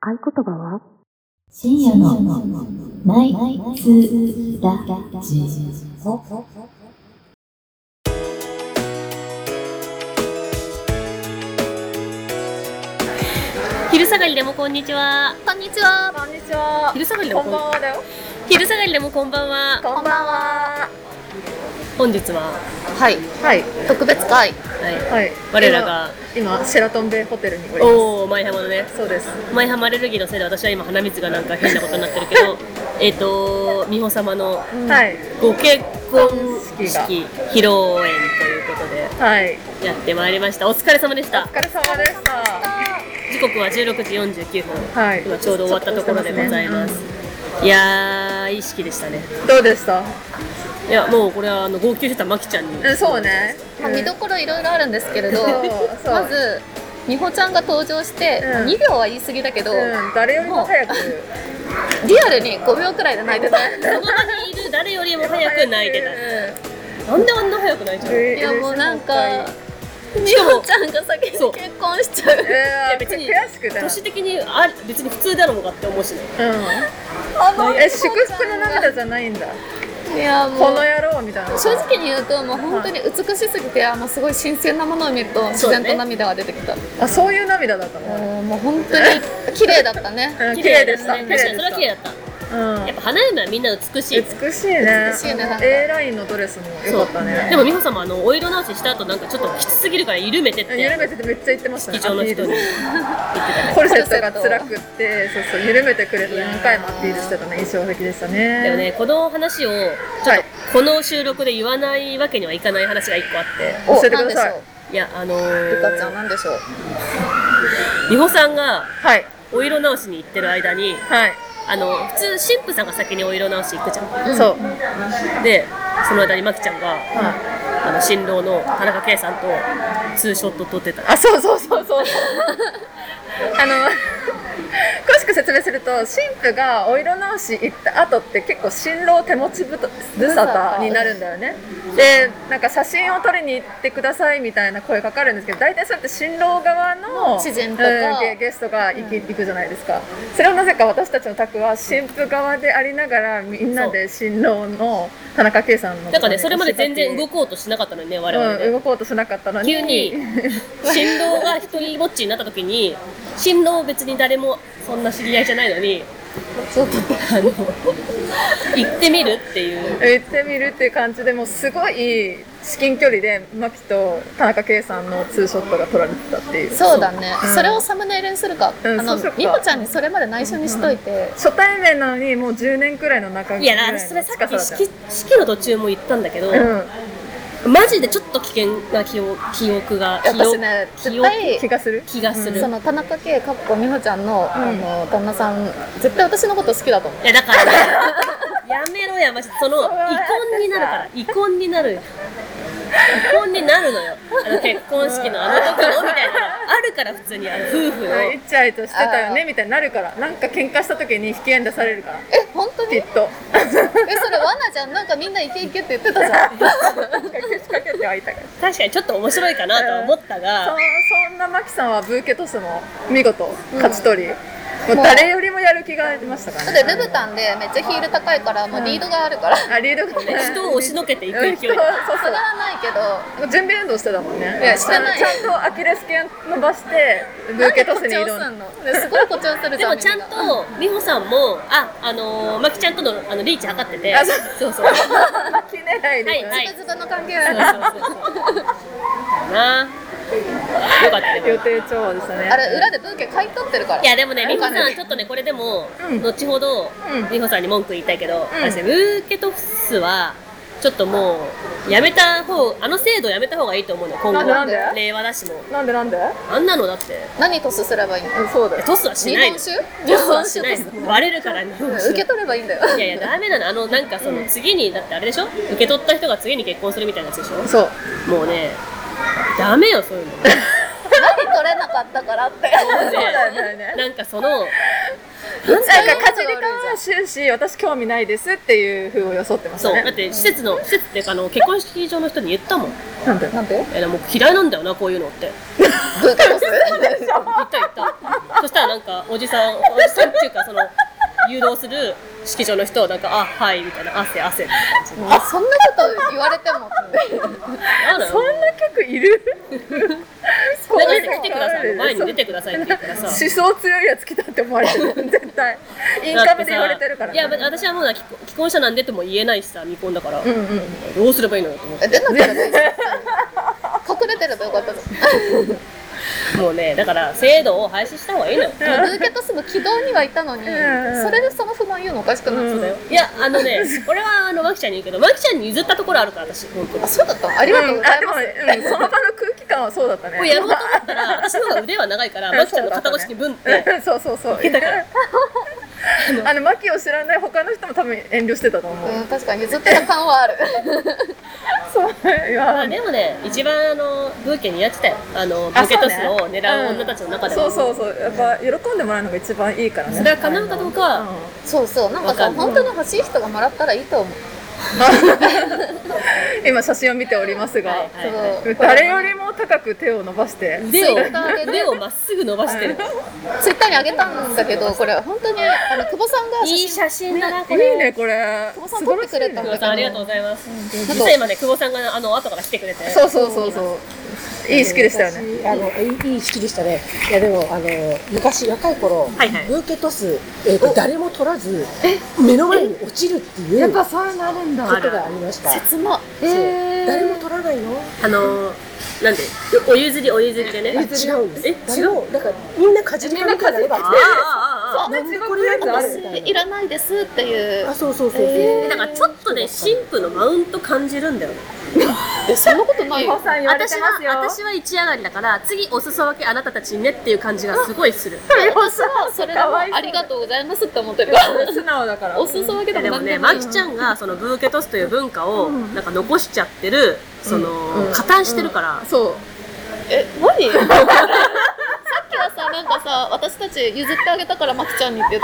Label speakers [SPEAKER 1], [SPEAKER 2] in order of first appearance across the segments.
[SPEAKER 1] 合言葉は
[SPEAKER 2] 深夜のナイツラジオ。
[SPEAKER 3] 昼下がりでもこんにちは。
[SPEAKER 4] こんにちは。
[SPEAKER 5] こんにちは。
[SPEAKER 3] 昼下がりでも
[SPEAKER 5] こんばんはだよ。
[SPEAKER 3] 昼下がりでもこんばんは。
[SPEAKER 5] こんばんは。
[SPEAKER 3] 本日は、
[SPEAKER 4] はい。
[SPEAKER 5] はい。
[SPEAKER 4] 特別会。
[SPEAKER 3] はい、
[SPEAKER 5] はい。
[SPEAKER 3] 我らが
[SPEAKER 5] 今。今、シェラトンベイホテルにおりま
[SPEAKER 3] おお舞浜のね
[SPEAKER 5] す。そうです。
[SPEAKER 3] 舞浜アレルギーのせいで私は今鼻水がなんか変なことになってるけど えっと美穂様の
[SPEAKER 5] はい。
[SPEAKER 3] ご結婚式
[SPEAKER 5] 式が
[SPEAKER 3] 披露宴ということで
[SPEAKER 5] はい。
[SPEAKER 3] やってまいりましたお疲れ様でし
[SPEAKER 5] お
[SPEAKER 3] た
[SPEAKER 5] 疲れ様でした。
[SPEAKER 3] 時刻は16時49分、
[SPEAKER 5] はい。
[SPEAKER 3] 今ちょうど終わったところでございます
[SPEAKER 5] ちょっと押して
[SPEAKER 3] いやーいい式でしたね
[SPEAKER 5] ますね。うんどうでした
[SPEAKER 3] いやもうこれはあの号泣してたまきちゃんに
[SPEAKER 5] うん、そうね。
[SPEAKER 4] まあ見どころいろいろあるんですけれど
[SPEAKER 5] そう、そう。
[SPEAKER 4] まず、美穂ちゃんが登場して、
[SPEAKER 5] うん
[SPEAKER 4] 2秒は言い過ぎだけど、
[SPEAKER 5] うん、誰よりも早く。
[SPEAKER 4] リアルに5秒くらいで泣い てた。
[SPEAKER 3] その場にいる誰よりも早く泣いてたなんであんな早く泣いちゃうの
[SPEAKER 5] うん
[SPEAKER 4] いや、もうなんか、美
[SPEAKER 3] しかも
[SPEAKER 4] 穂ちゃんが先に
[SPEAKER 3] そう
[SPEAKER 4] 結婚しちゃう。
[SPEAKER 5] いや、
[SPEAKER 3] 別
[SPEAKER 5] 別
[SPEAKER 3] に
[SPEAKER 5] に悔しくてな。
[SPEAKER 3] 年的にあ別に普通だろうがって思うしね
[SPEAKER 5] うん。え、祝福の涙じゃないんだ。
[SPEAKER 4] いや、も
[SPEAKER 5] こ
[SPEAKER 4] う
[SPEAKER 5] の。野郎みたいな。
[SPEAKER 4] 正直に言うと、もう本当に美しすぎて、あもうすごい新鮮なものを見ると、自然と涙が出てきた。
[SPEAKER 5] あ、そういう涙だったの。
[SPEAKER 4] もうもう本当に綺麗だったね。
[SPEAKER 5] うん、綺麗でした。
[SPEAKER 3] ね
[SPEAKER 5] 綺
[SPEAKER 3] 確かにそ
[SPEAKER 5] 麗
[SPEAKER 3] れは綺
[SPEAKER 5] で
[SPEAKER 3] 麗
[SPEAKER 5] し
[SPEAKER 3] だった
[SPEAKER 5] た。うん
[SPEAKER 3] やっ。ぱ花嫁はみんな美しい
[SPEAKER 5] 美しいね
[SPEAKER 4] 美しいねなんか
[SPEAKER 5] A ラインのドレスも良かったね
[SPEAKER 3] でも美穂さんもあのお色直しした後なんかちょっときつすぎるから緩めてって
[SPEAKER 5] 緩めててめっちゃ言ってましたね
[SPEAKER 3] 議長の人に
[SPEAKER 5] アピール
[SPEAKER 3] 言って
[SPEAKER 5] コルセットが辛くってそうそう緩めてくれと何回もアピールしてたね印象的でしたね
[SPEAKER 3] たでもねこの話をちょっと
[SPEAKER 5] はい
[SPEAKER 3] この収録で言わないわけにはいかない話が1個あって
[SPEAKER 5] 教えてください
[SPEAKER 4] おなんでしょ
[SPEAKER 3] いやあの
[SPEAKER 4] う
[SPEAKER 3] ー
[SPEAKER 4] ルカちゃん、なんでしょう。
[SPEAKER 3] 美穂さんが
[SPEAKER 5] はい
[SPEAKER 3] お色直しに行ってる間に
[SPEAKER 5] はい、
[SPEAKER 3] あの普通新婦さんが先にお色直し行くじゃん
[SPEAKER 5] そう、は
[SPEAKER 3] でその間にまきちゃんが
[SPEAKER 5] い
[SPEAKER 3] あの新郎の田中圭さんとツーショット撮ってた
[SPEAKER 5] あそうそうそうそうあの詳しく説明すると新婦がお色直し行った後って結構新郎手持ちぶさたになるんだよねでなんか写真を撮りに行ってくださいみたいな声かかるんですけど大体そうやって新郎側の
[SPEAKER 4] 知人とか
[SPEAKER 5] うんゲゲストが行き、行くじゃないですかそれをなぜか私たちの宅は新婦側でありながらみんなで新郎の田中圭さんの
[SPEAKER 3] なんかねそれまで全然動
[SPEAKER 5] く
[SPEAKER 3] こうとしなかったのよね我々
[SPEAKER 5] うん、
[SPEAKER 3] ね
[SPEAKER 5] 動こうとしなかったのに
[SPEAKER 3] 急に新郎が一人ぼっちになった時に新郎別に誰もそんな知り合いじゃないのにあの行ってみるっていう
[SPEAKER 5] 行ってみるっていう感じでもうすごい至近距離でマキと田中圭さんのツーショットが撮られてたっていう
[SPEAKER 4] そうだね、
[SPEAKER 5] うん
[SPEAKER 4] それをサムネイルにするか、
[SPEAKER 5] うん
[SPEAKER 4] あの
[SPEAKER 5] そうしようか
[SPEAKER 4] 美穂ちゃんにそれまで内緒にしといて、
[SPEAKER 5] 初対面なのにもう10年くらいの仲
[SPEAKER 3] い
[SPEAKER 5] ぐら
[SPEAKER 3] や
[SPEAKER 5] いの
[SPEAKER 3] な私それさっ
[SPEAKER 5] 近さ
[SPEAKER 3] き
[SPEAKER 5] だったよ
[SPEAKER 3] 式式の途中も言ったんだけど、
[SPEAKER 5] うん
[SPEAKER 3] マジでちょっと危険な記憶記憶が記
[SPEAKER 4] 私
[SPEAKER 3] 憶
[SPEAKER 4] ね
[SPEAKER 3] 記
[SPEAKER 4] 絶
[SPEAKER 3] 憶
[SPEAKER 4] 対
[SPEAKER 5] 気がする
[SPEAKER 3] 気がする、
[SPEAKER 4] その田中圭かっこ美穂ちゃんの,、あの旦那さん絶対私のこと好きだと思う
[SPEAKER 3] いやだから、 やめろやましその遺婚になるから遺婚になるよ遺婚になるのよあの結婚式のあの時のみたいなのがあるから普通にあの夫婦の
[SPEAKER 5] イチャイチャしてたよ
[SPEAKER 4] あ
[SPEAKER 5] ねみたいになるからなんか喧嘩した時に引き合いに出されるから
[SPEAKER 4] え本当に
[SPEAKER 5] き
[SPEAKER 4] え
[SPEAKER 5] っ と
[SPEAKER 4] それ罠じゃんなんかみんなイケイケって言ってたじゃん
[SPEAKER 5] 仕掛けてはいたから
[SPEAKER 3] 確かにちょっと面白いかなとは思った
[SPEAKER 5] そ
[SPEAKER 3] が
[SPEAKER 5] そんなマキさんはブーケトスも見事勝ち取り、もう誰よりもやる気が出ましたから
[SPEAKER 4] だ
[SPEAKER 5] ね
[SPEAKER 4] ってルブタンでめっちゃヒール高いからもうリードがあるから、
[SPEAKER 5] あリードがね
[SPEAKER 3] 人を押しのけていく
[SPEAKER 5] う
[SPEAKER 3] 勢い
[SPEAKER 5] ん
[SPEAKER 3] で
[SPEAKER 5] 人をそう
[SPEAKER 4] そ
[SPEAKER 5] そう
[SPEAKER 4] れはないけど
[SPEAKER 5] 準備運動してたもんね
[SPEAKER 4] いやしてない
[SPEAKER 5] ちゃんとアキレス腱伸ばしてブーケトスに
[SPEAKER 4] なん
[SPEAKER 5] 挑
[SPEAKER 4] で誇張すん
[SPEAKER 5] ん
[SPEAKER 4] のねすごい誇張するじ
[SPEAKER 3] で
[SPEAKER 4] ゃん
[SPEAKER 3] もちゃんと
[SPEAKER 4] みな
[SPEAKER 3] 美穂さんもああのーまきちゃんとのあのリーチ測ってて
[SPEAKER 5] あ
[SPEAKER 3] そうそうそうそう
[SPEAKER 5] アキ狙いで
[SPEAKER 3] はいはい
[SPEAKER 4] ズブズブの関係ある
[SPEAKER 3] そうそうなよかった
[SPEAKER 5] 予
[SPEAKER 3] よ
[SPEAKER 5] 定調和でしたね
[SPEAKER 4] あれ裏でブーケ買い取ってるから
[SPEAKER 3] いやでもね、美
[SPEAKER 4] なん
[SPEAKER 3] 穂
[SPEAKER 4] かね
[SPEAKER 3] さん、ちょっとね、これでも、
[SPEAKER 5] うん
[SPEAKER 3] 後ほど、
[SPEAKER 5] うん
[SPEAKER 3] 美穂さんに文句言いたいけど、私ね、ブーケトスは、ちょっともう、やめた方、あの制度やめた方がいいと思うの、今後。
[SPEAKER 5] なんでなんで
[SPEAKER 3] 令和だしもう。
[SPEAKER 5] なんでなんで
[SPEAKER 3] あんなのだって、
[SPEAKER 4] 何トスすればいいの
[SPEAKER 5] うんそうだよ
[SPEAKER 3] トスはし
[SPEAKER 4] 日
[SPEAKER 3] ない
[SPEAKER 4] 本
[SPEAKER 3] の。
[SPEAKER 4] 酒
[SPEAKER 3] トスはしない
[SPEAKER 4] 日本酒
[SPEAKER 3] の。割れるから、日本
[SPEAKER 4] トス
[SPEAKER 3] 酒
[SPEAKER 4] 受け取ればいいんだよ
[SPEAKER 3] いやいや、ダメなの。あの、なんかその、次に、だってあれでしょ受け取った人が次に結婚するみたいなやつでしょ
[SPEAKER 5] そう
[SPEAKER 3] もうね、ダメよ、そ ういうの。
[SPEAKER 4] 何取れなかったからって
[SPEAKER 3] そうだ
[SPEAKER 5] よね
[SPEAKER 3] なんかその、
[SPEAKER 5] なんかかじり感は終始私興味ないですっていう風を装ってまし
[SPEAKER 3] そ
[SPEAKER 5] た
[SPEAKER 3] う、だっ
[SPEAKER 5] ね
[SPEAKER 3] て施設の、施設っていうか、あの、結婚式場の人に言ったもん。
[SPEAKER 5] なんで
[SPEAKER 4] なんで
[SPEAKER 3] えでも嫌いなんだよなこういうのって
[SPEAKER 4] ブーケトス
[SPEAKER 3] 言った言ったそしたらなんかおじさんおじさんっていうかその誘導する式場の人はなんか「あはい」みたいな「汗汗」みたいな感じで
[SPEAKER 4] あそんなこと言われても
[SPEAKER 3] あな
[SPEAKER 5] そんな客いるこう
[SPEAKER 3] だから
[SPEAKER 5] いうの
[SPEAKER 3] 来てください前に出てくださいって言ったらさ
[SPEAKER 5] 思想強いやつ来たって思われてる絶対インカムで言われてるから、
[SPEAKER 3] いや私はもうな既婚既婚者なんでとも言えないしさ未婚だから、
[SPEAKER 5] うんうん
[SPEAKER 3] どうすればいいのよと思って
[SPEAKER 4] え出なければいいじゃん隠れてればよかったの
[SPEAKER 3] もうねだから制度を廃止した方がいいのよ
[SPEAKER 4] 抜けたすぐ軌道にはいたのに、
[SPEAKER 5] ん
[SPEAKER 4] それでその不満言うのおかしくなってたよ、
[SPEAKER 3] いやあのね俺はあのマキちゃんに言うけどマキちゃんに譲ったところあるから私本当に
[SPEAKER 4] あそうだったのありがとうございます、
[SPEAKER 5] うんあでもうんその場の空気感はそうだったね
[SPEAKER 3] これやろうと思ったら私の方が腕は長いからマキちゃんの肩越しにブンって
[SPEAKER 5] うんそうそうそう あのマキを知らない他の人も多分遠慮してたと思う、
[SPEAKER 4] うん、確かに譲ってた感はある
[SPEAKER 5] そうい
[SPEAKER 3] ま
[SPEAKER 5] や
[SPEAKER 3] あでもね、一番あのブーケ似合ってたよ。あのブ
[SPEAKER 5] あ
[SPEAKER 3] ーケトス
[SPEAKER 5] そう
[SPEAKER 3] を
[SPEAKER 5] ね
[SPEAKER 3] 狙う女たちの中で
[SPEAKER 5] そ
[SPEAKER 3] は。
[SPEAKER 5] うそうそうやっぱ喜んでもらうのが一番いいからね
[SPEAKER 3] それは叶うかどうかは
[SPEAKER 5] ん
[SPEAKER 4] そうそうなんか
[SPEAKER 3] わか
[SPEAKER 4] さ
[SPEAKER 3] る
[SPEAKER 4] 本当に欲しい人がもらったらいいと思う、
[SPEAKER 5] 今写真を見ておりますが、
[SPEAKER 3] はいはいは
[SPEAKER 4] そう
[SPEAKER 5] 誰よりも高く手を伸ばして
[SPEAKER 3] い。腕を
[SPEAKER 4] Twitter でね
[SPEAKER 3] 腕をまっすぐ伸ばしてる。
[SPEAKER 4] ツイッターにあげたんだけどこれ本当にあの久保さんが写真
[SPEAKER 3] 写真だなこ
[SPEAKER 5] いいねこれ
[SPEAKER 4] 久保さん撮ってくれたん
[SPEAKER 3] 久
[SPEAKER 4] だ
[SPEAKER 3] 保
[SPEAKER 4] けど
[SPEAKER 3] さんありがとうございます。
[SPEAKER 4] なん
[SPEAKER 3] 実
[SPEAKER 4] か
[SPEAKER 3] 際今ね久保さんがあの後から来てくれて。
[SPEAKER 5] そうそうそうそういい式でしたよね
[SPEAKER 1] 私あのいいいい式でしたね。いやでもあの昔若い頃、
[SPEAKER 3] はいはい
[SPEAKER 1] ブーケトス、えーと誰も取らず目の前に落ちるっていうこと
[SPEAKER 5] そういうのあるんだ
[SPEAKER 1] がありました。
[SPEAKER 4] つま
[SPEAKER 1] そう誰も取らないの？
[SPEAKER 3] あのなんでお譲りお譲りでね。
[SPEAKER 1] 違うんです。
[SPEAKER 3] え違う。
[SPEAKER 1] う。だからみんなかじりかみかられば
[SPEAKER 3] ああああああ。
[SPEAKER 1] あなんでこれなんかあるみたい
[SPEAKER 4] いらないですっていう
[SPEAKER 1] な。あそうそうそうそう。
[SPEAKER 4] え
[SPEAKER 3] だからちょっとね神父のマウント感じるんだよね。
[SPEAKER 4] えそんなこと ないよ
[SPEAKER 5] さん言われ
[SPEAKER 3] 私
[SPEAKER 5] て
[SPEAKER 3] は
[SPEAKER 5] ますよ
[SPEAKER 3] 私は一上がりだから次お裾分けあなたたちにねっていう感じがすごいする。
[SPEAKER 4] 私はそれでもありがとうございますって思ってるから
[SPEAKER 5] 素直だから
[SPEAKER 4] お裾分けで
[SPEAKER 3] で
[SPEAKER 4] も
[SPEAKER 3] も
[SPEAKER 4] 何
[SPEAKER 3] ね、
[SPEAKER 4] でも
[SPEAKER 3] マキちゃんがそのブーケトスという文化をなんか残しちゃってる、その、加担してるから、
[SPEAKER 5] そう
[SPEAKER 4] え何さっきはさなんかさ私たち譲ってあげたからマキちゃんにって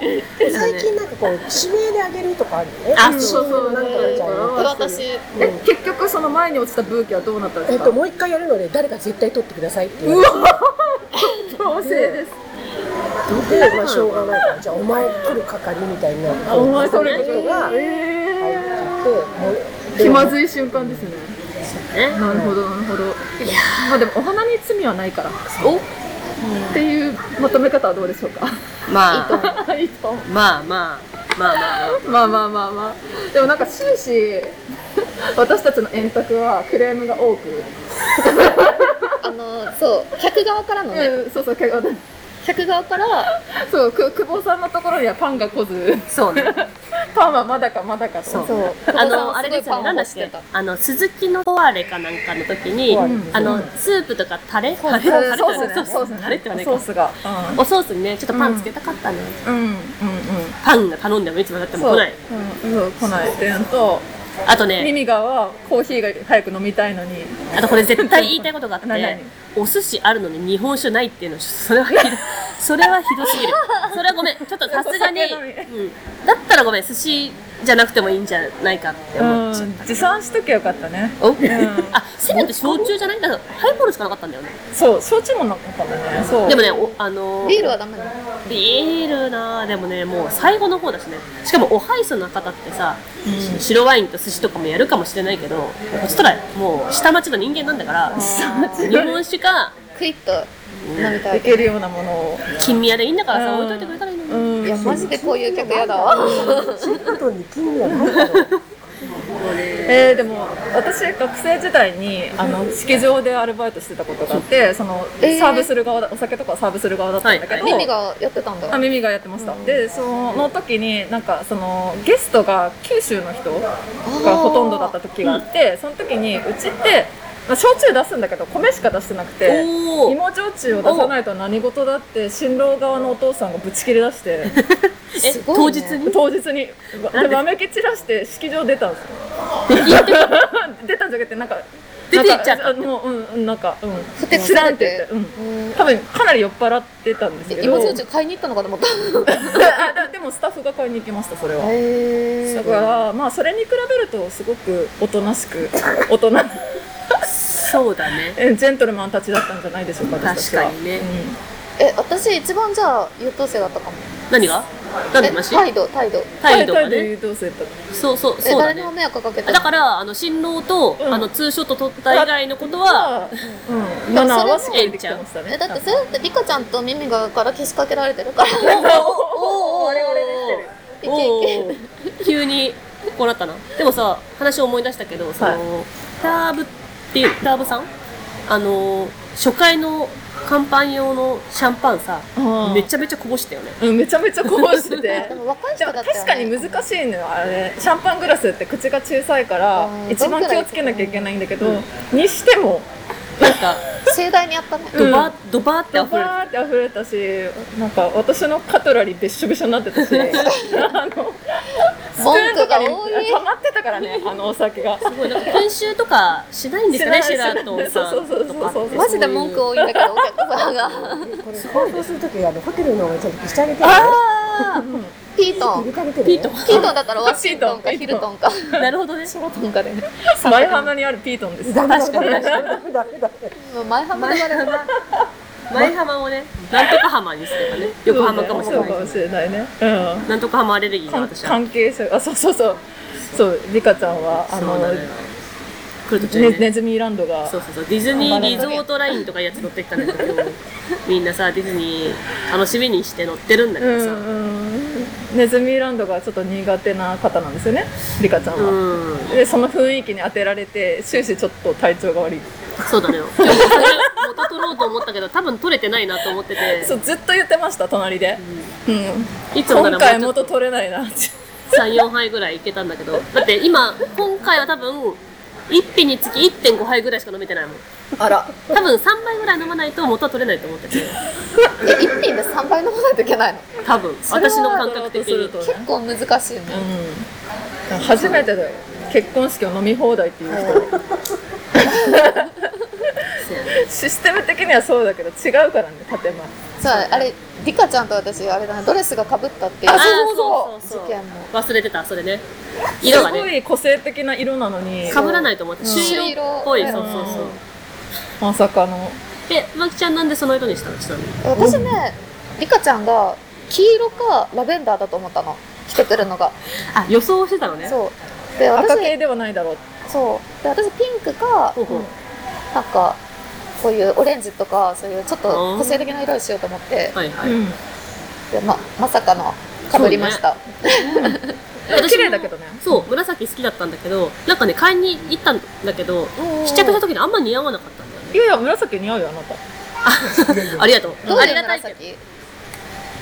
[SPEAKER 4] 言ってたのに
[SPEAKER 1] 最近なんかこう指名であげるとかあるよね。
[SPEAKER 3] あそう
[SPEAKER 1] 指名のなんとかちゃんに。
[SPEAKER 4] で私
[SPEAKER 5] え結局その前に落ちたブーケはどうなったんで
[SPEAKER 1] えっ
[SPEAKER 5] す
[SPEAKER 1] と
[SPEAKER 5] か
[SPEAKER 1] もう一回やるので誰か絶対取ってくださいって言われて
[SPEAKER 5] 強制です
[SPEAKER 1] で、まあ、しょうがないからじゃあお前取る係みたいになって
[SPEAKER 5] お前それ
[SPEAKER 1] この人が入っち
[SPEAKER 5] え
[SPEAKER 1] ゃってもう
[SPEAKER 5] 気ま
[SPEAKER 1] い
[SPEAKER 5] ずい瞬間ですね
[SPEAKER 3] ね。
[SPEAKER 5] なるほどなるほどまあでもお花に罪はないから
[SPEAKER 3] お
[SPEAKER 5] っていうまとめ方はどうでしょうか
[SPEAKER 3] まあ、
[SPEAKER 5] いいと思う
[SPEAKER 3] まあまあ、まあまあまあ。
[SPEAKER 5] まあまあまあまあでもなんか終始 私たちの円卓はクレームが多く、
[SPEAKER 4] あのそう客側からのね、
[SPEAKER 5] うん、そうそうけど
[SPEAKER 4] 客側から
[SPEAKER 5] そうく久保さんのところにはパンが来 ず
[SPEAKER 3] そうね。
[SPEAKER 5] パンはまだかまだかと
[SPEAKER 3] そう
[SPEAKER 4] そう
[SPEAKER 3] あの、あれですよね、なんだっけ、あの、鈴木のポワレかなんかの時に、あの、スープとかタレタレタレ
[SPEAKER 5] う
[SPEAKER 3] タレ
[SPEAKER 5] んね
[SPEAKER 3] ソースタレって言わないか
[SPEAKER 5] ソー。スがうん
[SPEAKER 3] おソースにね、ちょっとパンつけたかったね。
[SPEAKER 5] うんうんうん
[SPEAKER 3] パンが頼んでもいつもだっても
[SPEAKER 5] そう
[SPEAKER 3] 来ない。
[SPEAKER 5] うんそう来ないっていうのと
[SPEAKER 3] あとね
[SPEAKER 5] ミ、ミガはコーヒーが早く飲みたいのに
[SPEAKER 3] あとこれ絶対言いたいことがあっ
[SPEAKER 5] な
[SPEAKER 3] て
[SPEAKER 5] 何、
[SPEAKER 3] お寿司あるのに日本酒ないっていうのは、それはひど い、それはひどすぎる。それはごめん、ちょっとさす がに、
[SPEAKER 5] お
[SPEAKER 3] う
[SPEAKER 5] 酒飲
[SPEAKER 3] ん、だったらごめん、寿司じゃなくてもいいんじゃないかって思っちゃっ
[SPEAKER 5] うん持参しとけよかったね
[SPEAKER 3] た。おあ、せめて焼酎じゃないだからハイボールしかなかったんだよね。
[SPEAKER 5] そう焼酎もなかったねそう
[SPEAKER 3] でもね、おあの
[SPEAKER 4] ビールはダメなの
[SPEAKER 3] ビールなぁでもね、もう最後の方だしね。しかも、おハイソの方ってさ、白ワインと寿司とかもやるかもしれないけど、こっちとら、もう下町の人間なんだから、日本酒か、
[SPEAKER 4] クイッと飲みた
[SPEAKER 5] い
[SPEAKER 4] い
[SPEAKER 5] けるようなものを
[SPEAKER 3] 金宮でいいんだからさ、
[SPEAKER 5] う
[SPEAKER 3] 置
[SPEAKER 5] ん
[SPEAKER 3] いといてくれたらいいのに。
[SPEAKER 5] うん
[SPEAKER 4] いやマジでこういう客やだわ
[SPEAKER 1] シーフードに金魚ないだろう
[SPEAKER 5] えーでも私学生時代にあの式場でアルバイトしてたことがあってその
[SPEAKER 4] えー
[SPEAKER 5] サーブする側だお酒とかをサーブする側だったんだけど、
[SPEAKER 3] はい
[SPEAKER 4] 耳がやってたん
[SPEAKER 5] あ
[SPEAKER 4] だ
[SPEAKER 5] 耳がやってました、でその時になんかそのゲストが九州の人がほとんどだった時があってその時にうちって、まあ、焼酎出すんだけど米しか出してなくて
[SPEAKER 3] おー
[SPEAKER 5] 芋焼酎を出さないと何事だって新郎側のお父さんがぶち切れ出して
[SPEAKER 3] え、
[SPEAKER 4] すご
[SPEAKER 3] 当
[SPEAKER 4] い
[SPEAKER 3] 日
[SPEAKER 4] ね
[SPEAKER 3] に
[SPEAKER 5] 当日にわでわめき散らして式場出たんですよ 出たんじゃなくてなんか
[SPEAKER 3] 出て行っ
[SPEAKER 5] なんか
[SPEAKER 3] ちゃった
[SPEAKER 5] あもううんうんなんかうん
[SPEAKER 4] ふてく
[SPEAKER 5] 知
[SPEAKER 4] さ
[SPEAKER 5] ら
[SPEAKER 4] れ
[SPEAKER 5] んって言ってて、うん、
[SPEAKER 4] うん
[SPEAKER 5] 多分かなり酔っ払ってたんですけど
[SPEAKER 4] 芋焼酎買いに行ったのかと思った
[SPEAKER 5] あででもスタッフが買いに行きましたそれは
[SPEAKER 4] へ
[SPEAKER 5] だからまあそれに比べるとすごくおとなしく大人
[SPEAKER 3] そうだね。
[SPEAKER 5] えジェントルマンたちだったんじゃないでしょうか
[SPEAKER 3] 確
[SPEAKER 5] 私たちは
[SPEAKER 3] かにね
[SPEAKER 5] うん
[SPEAKER 4] え私一番じゃあ優等生だったかも
[SPEAKER 3] 何が何の
[SPEAKER 4] え
[SPEAKER 3] 話
[SPEAKER 4] 態度態度
[SPEAKER 3] 態度がね。
[SPEAKER 5] 優等生だった
[SPEAKER 3] そうそう、
[SPEAKER 4] え
[SPEAKER 3] そうだ
[SPEAKER 4] 誰に
[SPEAKER 3] ね
[SPEAKER 4] も。迷惑かけて
[SPEAKER 3] だから、あの、新郎と、
[SPEAKER 5] うん
[SPEAKER 3] あの、ツーショット撮った以外のことは、
[SPEAKER 5] うん、マナーはしっかりできてましたね
[SPEAKER 4] えだってそれだってリカちゃんとミミがからけしかけられてるから
[SPEAKER 3] おおおおお
[SPEAKER 4] てる
[SPEAKER 3] おお急にこうなったな。でもさ、話を思い出したけど、その、
[SPEAKER 5] はい
[SPEAKER 3] ターブっていう、ターブさんあの、初回の乾パン用のシャンパンさ、
[SPEAKER 5] うん
[SPEAKER 3] めちゃめちゃこぼしたよね。
[SPEAKER 5] うん、めちゃめちゃこぼしてて
[SPEAKER 4] でも若い
[SPEAKER 5] で
[SPEAKER 4] 人
[SPEAKER 5] も
[SPEAKER 4] だったよ、ね、
[SPEAKER 5] 確かに難しいのはあれシャンパングラスって口が小さいから
[SPEAKER 4] うん
[SPEAKER 5] 一番気をつけなきゃいけないんだけど、にしても
[SPEAKER 3] なんか、
[SPEAKER 4] 盛大にやったね
[SPEAKER 5] うん
[SPEAKER 3] ドバー、ドバーって
[SPEAKER 5] ド
[SPEAKER 3] 溢れて
[SPEAKER 5] バーって溢れたしなんか私のカトラリーべっしょべしょになってた しあのスプーンとかに
[SPEAKER 4] 文句が多い
[SPEAKER 5] 溜まってたからねあのお酒が。
[SPEAKER 3] すごい、なんか研修とかしないんですかね、シ
[SPEAKER 5] し
[SPEAKER 3] ェ
[SPEAKER 5] な
[SPEAKER 3] ラー
[SPEAKER 5] い
[SPEAKER 3] トンさん
[SPEAKER 5] そうそうそう
[SPEAKER 3] とかって
[SPEAKER 5] そうそう
[SPEAKER 4] マジで文句多いんだけどお客さんが
[SPEAKER 1] これ放送するとき、あの、ホテルのちゃんと消してあげてる
[SPEAKER 3] あ
[SPEAKER 4] ピート
[SPEAKER 1] 入れ
[SPEAKER 4] ン
[SPEAKER 1] てあげてる
[SPEAKER 3] ピート
[SPEAKER 4] ピートンだったらワシントンか
[SPEAKER 5] ピート
[SPEAKER 4] ヒ
[SPEAKER 5] ン
[SPEAKER 4] ルトンか
[SPEAKER 3] あ、なるほどね。
[SPEAKER 4] トンかでね
[SPEAKER 5] 前浜にあるピートンです。
[SPEAKER 1] ダメだ、
[SPEAKER 3] 確か
[SPEAKER 1] ダ
[SPEAKER 3] に
[SPEAKER 1] メだ、ダメだ、ダメだ。
[SPEAKER 4] 前浜で言われるな
[SPEAKER 3] 前浜をね、なんとか浜にすればね、横浜かもしれな
[SPEAKER 5] そうか
[SPEAKER 3] い
[SPEAKER 5] も
[SPEAKER 3] し
[SPEAKER 5] しれないね。うん。
[SPEAKER 3] なんとか浜アレルギーで
[SPEAKER 5] 関
[SPEAKER 3] 私は。
[SPEAKER 5] 関係者あそうそうそうそうリカちゃんはあ
[SPEAKER 3] そ
[SPEAKER 5] の
[SPEAKER 3] うだね
[SPEAKER 5] ね。
[SPEAKER 3] 来る途中
[SPEAKER 5] ネ
[SPEAKER 3] にね。
[SPEAKER 5] ズミランドが
[SPEAKER 3] そうそうそう、ディズニーリゾートラインとかいうやつ乗ってきたんだけど、みんなさ、ディズニー楽しみにして乗ってるんだけ
[SPEAKER 5] うん
[SPEAKER 3] どさ。
[SPEAKER 5] うんネズミランドがちょっと苦手な方なんですよねリカちゃんは、
[SPEAKER 3] うん。
[SPEAKER 5] でその雰囲気に当てられて終始ちょっと体調が悪い
[SPEAKER 3] そうだね。今日それ元取ろうと思ったけど、多分取れてないなと思ってて
[SPEAKER 5] そ、うずっと言ってました隣で、うん
[SPEAKER 3] いつもな
[SPEAKER 5] 今
[SPEAKER 3] ら
[SPEAKER 5] 回
[SPEAKER 3] もうちょ
[SPEAKER 5] 元
[SPEAKER 3] っと
[SPEAKER 5] 取れないなって
[SPEAKER 3] 34杯ぐらいいけたんだけどだって今今回は多分1品につき1.5杯ぐらいしか飲めてないもん
[SPEAKER 5] あら
[SPEAKER 3] 多分3杯ぐらい飲まないと元は取れないと思ってて
[SPEAKER 4] え1品で3杯飲まないといけないの
[SPEAKER 3] 多分私の感覚的
[SPEAKER 5] それは
[SPEAKER 3] に
[SPEAKER 5] 取ろうとする
[SPEAKER 4] 結
[SPEAKER 5] と
[SPEAKER 4] 構難しいね
[SPEAKER 5] うん初めてだよ結婚式を飲み放題っていう人
[SPEAKER 3] せやね
[SPEAKER 5] システム的にはそうだけど違うからね建前
[SPEAKER 4] さああれリカちゃんと私あれだねドレスがかぶったってい
[SPEAKER 3] あ
[SPEAKER 4] う
[SPEAKER 3] そう
[SPEAKER 5] そ
[SPEAKER 3] そううそう
[SPEAKER 4] 事件も
[SPEAKER 3] 忘れてたそれね色が
[SPEAKER 5] すご
[SPEAKER 3] ね
[SPEAKER 5] い個性的な色なのに
[SPEAKER 3] 被らないと思って朱色っぽい
[SPEAKER 4] 朱
[SPEAKER 3] そ
[SPEAKER 4] 色
[SPEAKER 3] うそうそう
[SPEAKER 5] まさかの
[SPEAKER 3] でまきちゃんなんでその色にしたのちなみに
[SPEAKER 4] 私ねリカちゃんが黄色かラベンダーだと思ったの着てくるのが
[SPEAKER 3] あ予想してたのね
[SPEAKER 4] そうで
[SPEAKER 5] 赤系
[SPEAKER 4] 私
[SPEAKER 5] ではないだろう
[SPEAKER 4] そうで私ピンクか
[SPEAKER 3] ほうほう
[SPEAKER 4] なんかこういうオレンジとかそういうちょっと個性的な色にしようと思って
[SPEAKER 3] はいはい、
[SPEAKER 5] うん
[SPEAKER 4] でままさかのかぶりました、
[SPEAKER 3] 私も
[SPEAKER 5] 綺麗だけどね
[SPEAKER 3] そう紫好きだったんだけどなんかね買いに行ったんだけど試着した時にあんま似合わなかったんだよね
[SPEAKER 5] いやいや紫似合うよあなた
[SPEAKER 3] ありがとう
[SPEAKER 4] どう
[SPEAKER 3] あ
[SPEAKER 4] い
[SPEAKER 3] り
[SPEAKER 4] う
[SPEAKER 3] がたいけど
[SPEAKER 4] 紫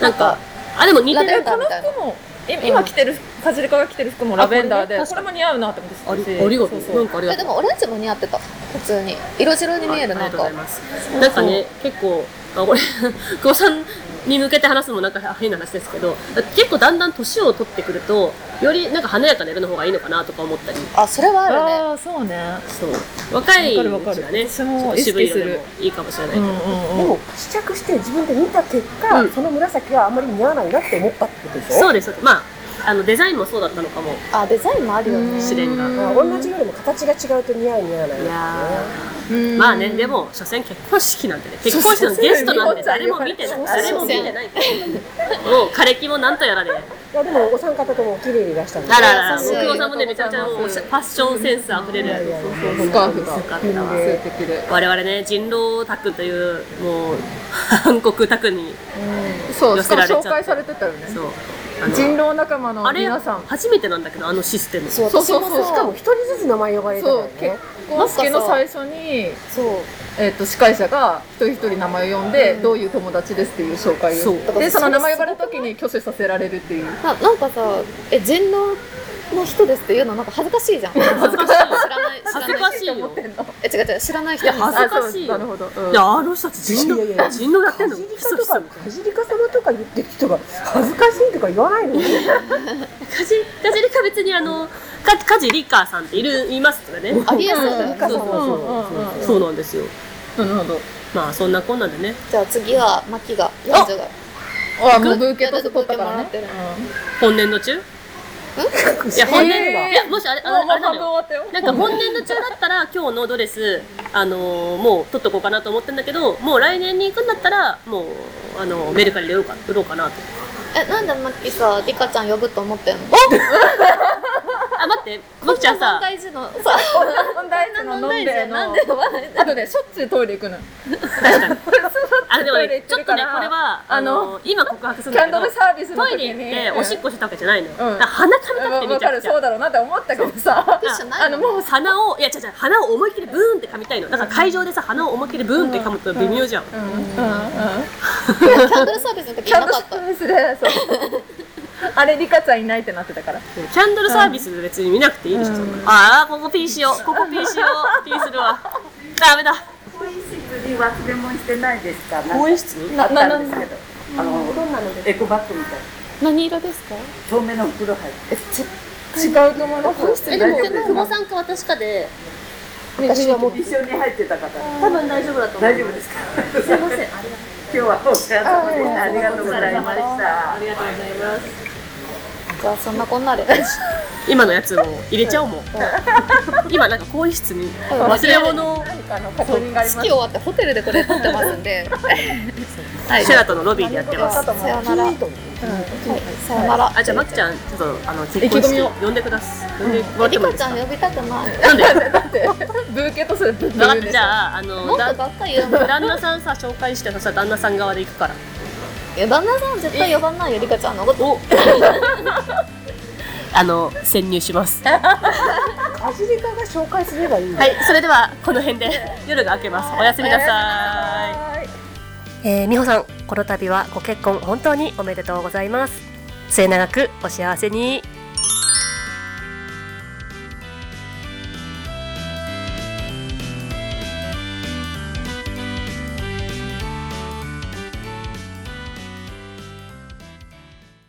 [SPEAKER 3] なんか、あ、でも似て
[SPEAKER 4] ラベ
[SPEAKER 3] る
[SPEAKER 4] ン。ダ
[SPEAKER 5] こ
[SPEAKER 4] ー
[SPEAKER 5] の
[SPEAKER 4] みたいな
[SPEAKER 5] 服もい今着てるかじりかが着てる服もラベンダーで
[SPEAKER 3] あこれね
[SPEAKER 5] これも似合うなって思って
[SPEAKER 3] あ
[SPEAKER 5] たし
[SPEAKER 3] りありがとう。
[SPEAKER 5] そう
[SPEAKER 3] な
[SPEAKER 5] そ
[SPEAKER 3] ん
[SPEAKER 5] う
[SPEAKER 3] かありが
[SPEAKER 4] え
[SPEAKER 3] と
[SPEAKER 4] で
[SPEAKER 3] う。
[SPEAKER 4] もオレンジも似合ってた普通に色白に見える
[SPEAKER 3] ああ
[SPEAKER 4] な
[SPEAKER 3] りが
[SPEAKER 4] ん
[SPEAKER 3] とうご
[SPEAKER 4] か
[SPEAKER 3] ざいます。なんかね、結構、あ、これ、 久保さんに向けて話すのもなんか変な話ですけど、結構だんだん年を取ってくると、よりなんか華やかな色の方がいいのかなとか思ったり。
[SPEAKER 4] あそれはあるね
[SPEAKER 5] ああそうね
[SPEAKER 3] そう。若いう
[SPEAKER 5] わかるわか
[SPEAKER 3] ち
[SPEAKER 5] る
[SPEAKER 3] はね、ち
[SPEAKER 5] 私
[SPEAKER 3] ょ
[SPEAKER 5] も
[SPEAKER 3] っと渋い色
[SPEAKER 5] 意
[SPEAKER 3] でもいいかもしれないけ
[SPEAKER 5] うん
[SPEAKER 3] ど。
[SPEAKER 5] うん
[SPEAKER 1] で
[SPEAKER 5] うん
[SPEAKER 1] も試着して自分で見た結果、
[SPEAKER 3] うん
[SPEAKER 1] その紫はあんまり似合わないなって思ったってことでしょ
[SPEAKER 3] そうです。まあ、あの、デザインもそうだったのかも
[SPEAKER 4] あデザインもあるよね
[SPEAKER 3] しれんが。
[SPEAKER 1] まあ同じよりも形が違うと似合う似合わない
[SPEAKER 3] いやー。
[SPEAKER 5] うん
[SPEAKER 3] まあね、でも、所詮結婚式なんてね、結婚式のゲストなんて誰も見てない。誰も見てない。もう、枯れ木もなんとやらで。
[SPEAKER 1] いやでもお三方ともお綺麗にいらしたんで
[SPEAKER 3] あららら、
[SPEAKER 4] 優しい
[SPEAKER 3] 奥さんもね、めちゃめちゃもうおしゃファッションセンスあふれる。
[SPEAKER 5] スカーフが
[SPEAKER 3] よかったわ。
[SPEAKER 5] 性的で
[SPEAKER 3] 我々ね、人狼タクという、もう、韓国タクに、寄
[SPEAKER 5] そうし
[SPEAKER 3] せ
[SPEAKER 5] からも
[SPEAKER 3] れちゃって
[SPEAKER 5] 紹介されてたよね
[SPEAKER 3] そう。
[SPEAKER 5] 人狼仲間
[SPEAKER 3] あ
[SPEAKER 5] の
[SPEAKER 3] の、あれ、
[SPEAKER 5] 皆さん
[SPEAKER 3] 初めてなんだけど、あのシステム。
[SPEAKER 1] そう
[SPEAKER 5] そう
[SPEAKER 1] 私
[SPEAKER 5] そう
[SPEAKER 1] も
[SPEAKER 5] そう
[SPEAKER 1] そうしかも一人ずつ名前呼ばれてた
[SPEAKER 5] そ
[SPEAKER 1] よ
[SPEAKER 5] う
[SPEAKER 1] ね
[SPEAKER 5] 結婚式の最初に
[SPEAKER 4] そう
[SPEAKER 5] えっと司会者が一人一人名前呼んで、どういう友達ですっていう紹介を
[SPEAKER 3] そう
[SPEAKER 5] でその名前呼ばれた時に挙手させられるっていう
[SPEAKER 4] ななんかさえ人狼の人ですって言うのなんか恥ずかしいじ ゃん恥ずかしい知らない知らない
[SPEAKER 3] 恥ずかしいよ。
[SPEAKER 4] え違う違う知らない人に
[SPEAKER 3] 恥
[SPEAKER 4] さ
[SPEAKER 3] ずかしいよ
[SPEAKER 5] あそうなるほど、うん
[SPEAKER 3] いや、あの人たち人
[SPEAKER 1] いやいやい
[SPEAKER 3] 狼、
[SPEAKER 1] や
[SPEAKER 3] 人狼やってんの
[SPEAKER 1] かじり
[SPEAKER 3] ひ
[SPEAKER 1] か
[SPEAKER 3] そ
[SPEAKER 1] と
[SPEAKER 3] ひそ
[SPEAKER 1] かかじりか様とか言ってる人が恥ずかしいとか言わないのに
[SPEAKER 3] かじ、かじりか別にあの、か、かじりかさんっている、いますとかね。
[SPEAKER 4] ありえそうだ
[SPEAKER 1] ゆ
[SPEAKER 4] よ
[SPEAKER 1] かさん
[SPEAKER 3] そう
[SPEAKER 1] はそうそう
[SPEAKER 3] そうなんですよ。
[SPEAKER 5] なるほど
[SPEAKER 3] まあ、そんなこんなんでね。
[SPEAKER 4] じゃあ次はマキが四女が
[SPEAKER 5] あもうブーケと取ったから
[SPEAKER 4] ブーケ取
[SPEAKER 5] ね
[SPEAKER 4] っ
[SPEAKER 3] 本年度中いや、本年
[SPEAKER 5] えー
[SPEAKER 3] いや、もしあれ、あ
[SPEAKER 5] も
[SPEAKER 3] の
[SPEAKER 5] うも
[SPEAKER 3] あ
[SPEAKER 5] う
[SPEAKER 3] れな
[SPEAKER 5] 半
[SPEAKER 3] の
[SPEAKER 5] 分終
[SPEAKER 3] よ。
[SPEAKER 5] わったよ
[SPEAKER 3] なんか本年度中だったら、今日のドレス、あのーもう取っとこうかなと思ってんだけど、もう来年に行くんだったら、もう、あのーメルカリで売ろうか売ろうかなと。
[SPEAKER 4] え、なんでマッキーさ、リカちゃん呼ぶと思ってんの
[SPEAKER 3] あ、待って、僕ちゃんさ、
[SPEAKER 4] 大事な、さ、
[SPEAKER 5] 問題なの飲んでのあとねしょっちゅうトイレ行くの
[SPEAKER 3] あ、でも
[SPEAKER 5] トイレ
[SPEAKER 3] ね
[SPEAKER 5] 行、っ
[SPEAKER 3] ち
[SPEAKER 5] て
[SPEAKER 3] ょっ
[SPEAKER 5] る
[SPEAKER 3] と
[SPEAKER 5] か
[SPEAKER 3] ね、
[SPEAKER 5] ら
[SPEAKER 3] これは、あ
[SPEAKER 5] あ
[SPEAKER 3] の
[SPEAKER 5] の
[SPEAKER 3] ー今告白するん
[SPEAKER 5] キ
[SPEAKER 3] だ
[SPEAKER 5] ャ
[SPEAKER 3] け
[SPEAKER 5] ン
[SPEAKER 3] ど
[SPEAKER 5] ドル、サービスの
[SPEAKER 3] ト
[SPEAKER 5] 時
[SPEAKER 3] イ
[SPEAKER 5] に
[SPEAKER 3] レ行っておしっ
[SPEAKER 5] こ
[SPEAKER 3] こしたわけじゃないのよ。だ
[SPEAKER 5] うん
[SPEAKER 3] から鼻かみたくてめ
[SPEAKER 5] わ
[SPEAKER 3] ち
[SPEAKER 5] か
[SPEAKER 3] ゃく
[SPEAKER 5] る
[SPEAKER 3] ちゃ
[SPEAKER 5] そう。だろうなって思ったけどさ
[SPEAKER 4] ティッシュない
[SPEAKER 5] あのもう
[SPEAKER 3] 鼻を、いや、違う違う、鼻を思いっきりブーンって噛みたいの。だから会場でさ、鼻を思いっきりブーンって噛むと微妙じゃん。
[SPEAKER 5] うんうんうん
[SPEAKER 4] キャンドルサービスの時い
[SPEAKER 5] キャ
[SPEAKER 4] な
[SPEAKER 5] ンドル
[SPEAKER 4] か
[SPEAKER 5] サ
[SPEAKER 4] った。
[SPEAKER 5] ービスでそう あれリカちゃんいないってなってたから
[SPEAKER 3] キャンドルサービス別に見なくていいでしょ、そんなのああここピーしようここピーしようピーするわダメだ
[SPEAKER 6] に忘れ物してないですか。な
[SPEAKER 3] 更衣室
[SPEAKER 6] あったんですけど、あのエコバッグみたいな
[SPEAKER 4] 何色ですか
[SPEAKER 6] 透明の袋入って。
[SPEAKER 5] 違うと思います
[SPEAKER 3] えでも久保さんか私かで
[SPEAKER 1] 私はもう
[SPEAKER 6] 一緒に入ってた方。
[SPEAKER 3] 多分大丈夫だと思う
[SPEAKER 6] 大丈夫ですか。すみません。今日はお疲れ様でした。ありがとうございました
[SPEAKER 3] あ。りがとうございます
[SPEAKER 4] じゃあ、そんなこん なで。
[SPEAKER 3] 今のやつを入れちゃおうもう今なんか更衣室に忘れ物を
[SPEAKER 5] あの確認がありま
[SPEAKER 4] 式終わってホテルでこれ撮ってますんで。
[SPEAKER 3] シェラトンのロビーでやってますす
[SPEAKER 5] と思
[SPEAKER 4] さよなら。はい、さよなら。
[SPEAKER 3] あじゃあまきちゃんちょっとあの結婚式呼んでください呼んでもらっ
[SPEAKER 4] リ
[SPEAKER 3] てもい
[SPEAKER 4] カち
[SPEAKER 3] いです
[SPEAKER 4] ゃ
[SPEAKER 3] か
[SPEAKER 4] ん呼びたくない。
[SPEAKER 3] なん で分
[SPEAKER 5] ブーケとするブーケ
[SPEAKER 3] かったじゃああ
[SPEAKER 4] も
[SPEAKER 3] の
[SPEAKER 4] っと
[SPEAKER 3] だ
[SPEAKER 4] ばっか言うの。
[SPEAKER 3] 旦那さんさ紹介してさ旦那さん側で行くから
[SPEAKER 4] いや、旦那さん絶対呼ばないよ、リカちゃんのこと。
[SPEAKER 3] お あの潜入します
[SPEAKER 1] アジリカが紹介すればいいの
[SPEAKER 3] はい、それではこの辺で夜が明けます。おやすみなさい。えー、美穂さん、この度はご結婚本当におめでとうございます。末永くお幸せに。